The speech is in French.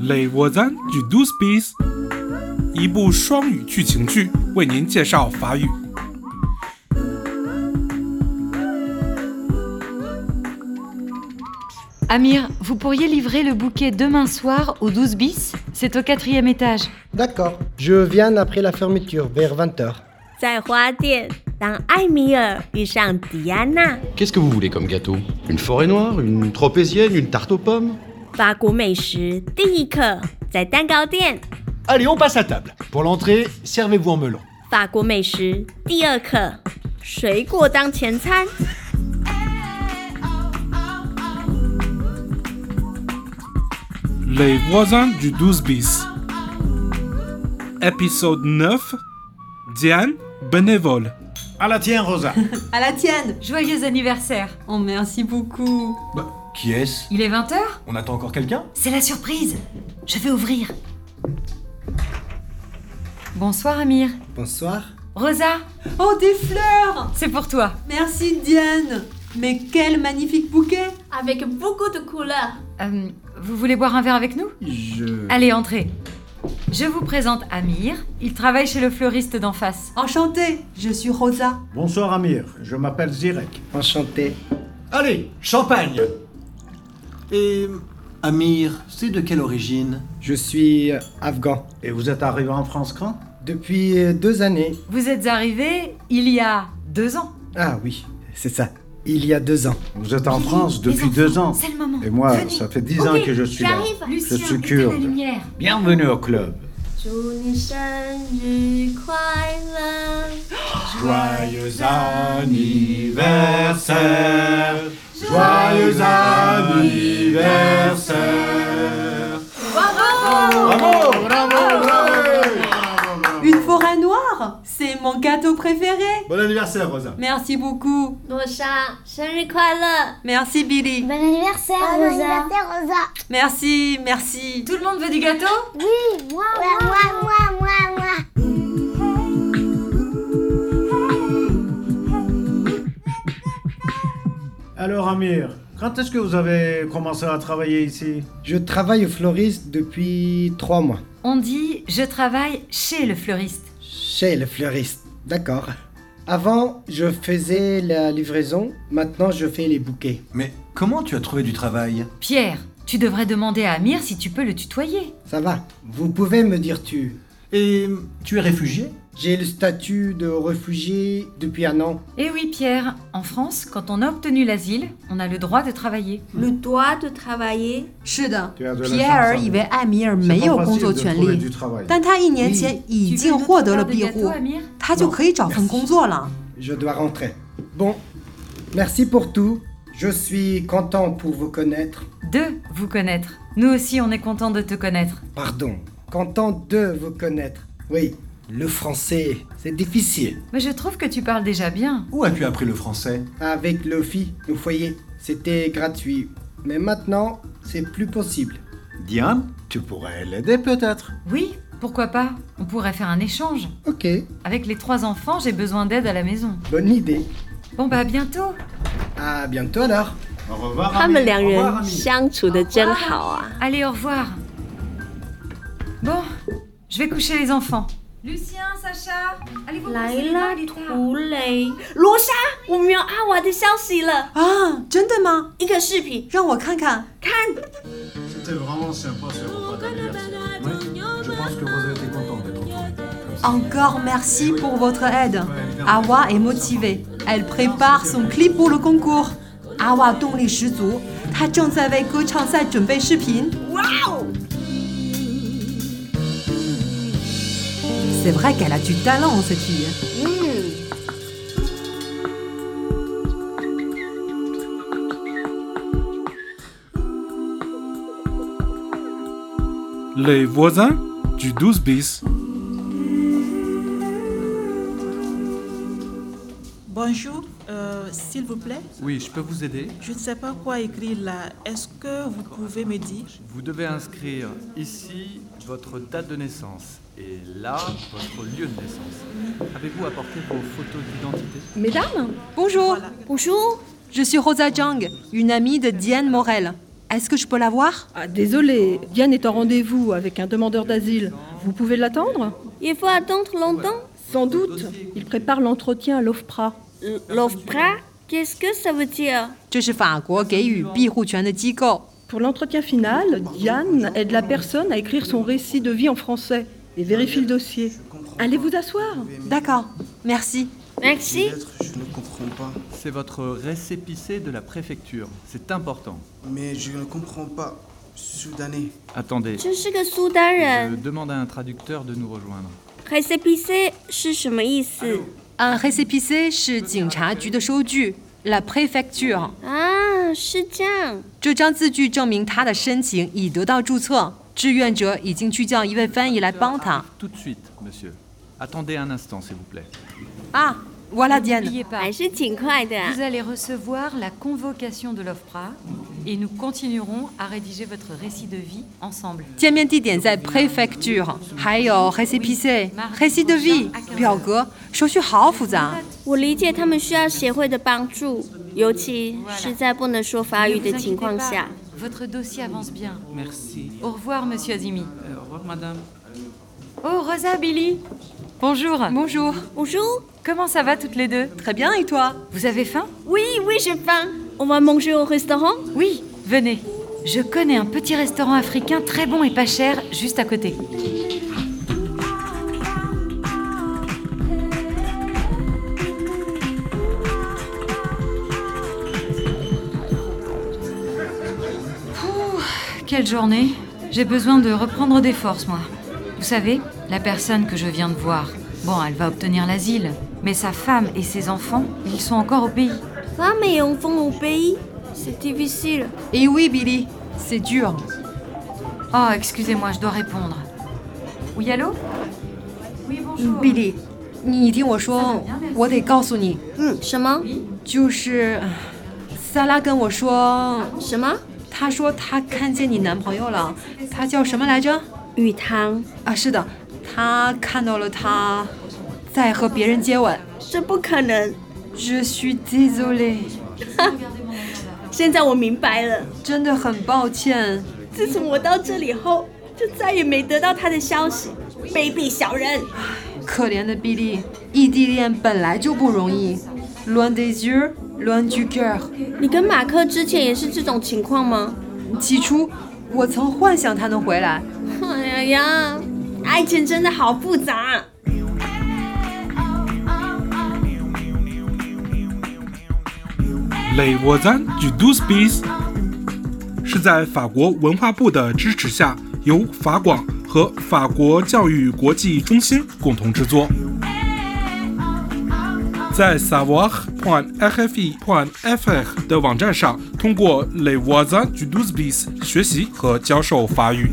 Les voisins du d o u s p i s 一部双语剧情剧，为您介绍法语。 Amir, vous pourriez livrer le bouquet demain soir au 12 bis C'est au quatrième étage. D'accord, je viens après la fermeture, vers 20h. 在花店，当艾米尔遇上迪安娜， Qu'est-ce que vous voulez comme gâteau Une forêt noire Une tropézienne Une tarte aux pommes 法国美食第一课在蛋糕店， Allez, on passe à table. Pour l'entrée, servez-vous en melon. 法国美食第二课水果当前餐， Les voisins du 12 bis. Épisode 9. Diane, bénévole. À la tienne, Rosa. À la tienne Joyeux anniversaire Oh merci beaucoup Bah, qui est-ce Il est 20h On attend encore quelqu'un C'est la surprise Je vais ouvrir. Bonsoir Amir. Bonsoir. Rosa, Oh des fleurs c'est pour toi. Merci Diane Mais quel magnifique bouquet avec beaucoup de couleurs。 Euh, vous voulez boire un verre avec nous Je. Allez, entrez. Je vous présente Amir. Il travaille chez le fleuriste d'en face. Enchantée, je suis Rosa. Bonsoir, Amir. Je m'appelle Zirek. Enchanté. Allez, champagne Et Amir, c'est de quelle origine Je suis euh, afghan. Et vous êtes arrivé en France quand Depuis euh, deux années. Vous êtes arrivé il y a deux ans. Ah oui, c'est ça. Il y a deux ans. Vous êtes en France depuis deux ans. C'est le moment. Et moi, Venez. ça fait dix ans que je suis là. j'arrive. Lucien, suis éteins kurde. la lumière. Bienvenue au club. 祝你生日快乐， Joyeux anniversaire. Joyeux anniversaire. Bravo Bravo, bravo Une forêt noire C'est mon gâteau préféré Bon anniversaire, Rosa. Merci beaucoup 诺莎生日快乐， Merci Billy Bon anniversaire, Rosa. Merci, merci Tout le monde veut du gâteau Moi, moi, moi, moi, moi. Alors, Amir, quand est-ce que vous avez commencé à travailler ici Je travaille au fleuriste depuis trois mois. On dit je travaille chez le fleuriste. Chez le fleuriste. D'accord. Avant, je faisais la livraison. Maintenant, je fais les bouquets. Mais comment tu as trouvé du travail Pierre, tu devrais demander à Amir si tu peux le tutoyer. Ça va. Vous pouvez me dire tu. Et tu es réfugié J'ai le statut de réfugié depuis un an. Eh oui, Pierre, en France, quand on a obtenu l'asile, on a le droit de travailler. le droit de travailler。是的对啊对啊皮埃尔以为艾米尔没有工作权利，但他一年前 Tu 已 veux 经 une 获得了 autre paire de 庇 gâteaux, 护， Amir 他就可以找份工作了。 Je dois rentrer. Bon, merci pour tout. Je suis content pour vous connaître. De vous connaître. Nous aussi, on est content de te connaître. Pardon, content de vous connaître. Oui, le français, c'est difficile. Mais je trouve que tu parles déjà bien. Où as-tu appris le français Avec Lofi, au foyer, c'était gratuit. Mais maintenant, c'est plus possible. Diane, tu pourrais l'aider peut-être. Oui, pourquoi pas On pourrait faire un échange. Ok, Avec les trois enfants, j'ai besoin d'aide à la maison. bonne idée. Bon bah à bientôt. À bientôt alors. Au revoir. 他 Amir. 们两 Au revoir, 人 Amir. 相处的真好啊！ Allez, au revoir. Bon, je vais coucher les enfants. Lucien, Sacha, allez vous 来啦，图雷，罗莎，我们有阿瓦的消息了，啊，真的吗？一个视频，让我看看。看。 C'était vraiment sympa ce repas d'anniversaire. Oui, je pense que vous été content d'être retourné. Encore merci pour votre aide. Awa est motivée. Elle prépare son clip pour le concours. Awa 动力十足，她正在为歌唱赛准备视频。C'est vrai qu'elle a du talent cette fille. Les voisins du 12 bis. Bonjour, euh, s'il vous plaît, Oui, je peux vous aider. je ne sais pas quoi écrire là. Est-ce que vous pouvez me dire Vous devez inscrire ici votre date de naissance et là votre lieu de naissance. Avez-vous apporté vos photos d'identité Mesdames Bonjour, Voilà. Bonjour， je suis Rosa Zhang, une amie de Diane Morel. Est-ce que je peux la voir ah, Désolé, Diane est en rendez-vous avec un demandeur d'asile. Vous pouvez l'attendre Il faut attendre longtemps Sans doute. Il prépare l'entretien à l'OFPRA. L'OFPRA Qu'est-ce que ça veut dire Pour l'entretien final, Diane aide la personne à écrire son récit de vie en français et vérifie le dossier. Allez vous asseoir. D'accord, merci. Merci. Je ne comprends pas. C'est votre récépissé de la préfecture. C'est important. Mais je ne comprends pas. Soudanais. Attendez. Je suis le Soudanais. Je demande à un traducteur de nous rejoindre. Récépissé, c'est ce que Un récépissé, c'est la préfecture. 啊，是这样。这张字据证明他的申请已得到注册，志愿者已经去叫一位翻译来帮他。 Tout de suite, monsieur. Attendez un instant, s'il vous plaît. Ah, voilà Diane. N'oubliez Ah, pas, Bah, vous allez recevoir la convocation de l'OFPRA et nous continuerons à rédiger votre récit de vie ensemble. 见面地点在 prefecture，还有 r e c p c r e c i d v 表格手续好复杂。我理解他们需要协会的帮助，尤其是在不能说法 Ah, Ne 语 vous 的 inquiétez 情况 pas, 下。 votre dossier avance bien. Merci. Euh, Au revoir, monsieur Azimi. Au revoir, madame. Oh, Rosa, Billy. Bonjour. Bonjour. Bonjour. Comment ça va toutes les deux Très bien, et toi Vous avez faim Oui, oui, j'ai faim. On va manger au restaurant Oui, venez. Je connais un petit restaurant africain très bon et pas cher, juste à côté. Pouh, Quelle journée J'ai besoin de reprendre des forces, moi. Vous savez, la personne que je viens de voir, bon, elle va obtenir l'asile, mais sa femme et ses enfants, ils sont encore au pays. Femme et enfants au pays, c'est difficile. Et oui, Billy, c'est dur. Oh, excusez-moi, je dois répondre. Oui, allô Oui, bonjour. Billy，你听我说，我得告诉你。嗯，什么？就是萨拉跟我说什么？她说她看见你男朋友了，他叫什么来着？雨堂啊，是的，她看到了他在和别人接吻。这不可能。 Je suis désolée，现在我明白了。真的很抱歉。自从我到这里后，就再也没得到他的消息。卑鄙小人！可怜的比利，异地恋本来就不容易。Loin des yeux, loin du cœur。你跟马克之前也是这种情况吗？起初，我曾幻想他能回来，哎呀，爱情真的好复杂。 Les voisins du 12 bis 是在法国文化部的支持下，由法广和法国教育国际中心共同制作。在 E savoir.rfi.fr 的网站上，通过 Les voisins du 12 bis 学习和教授法语。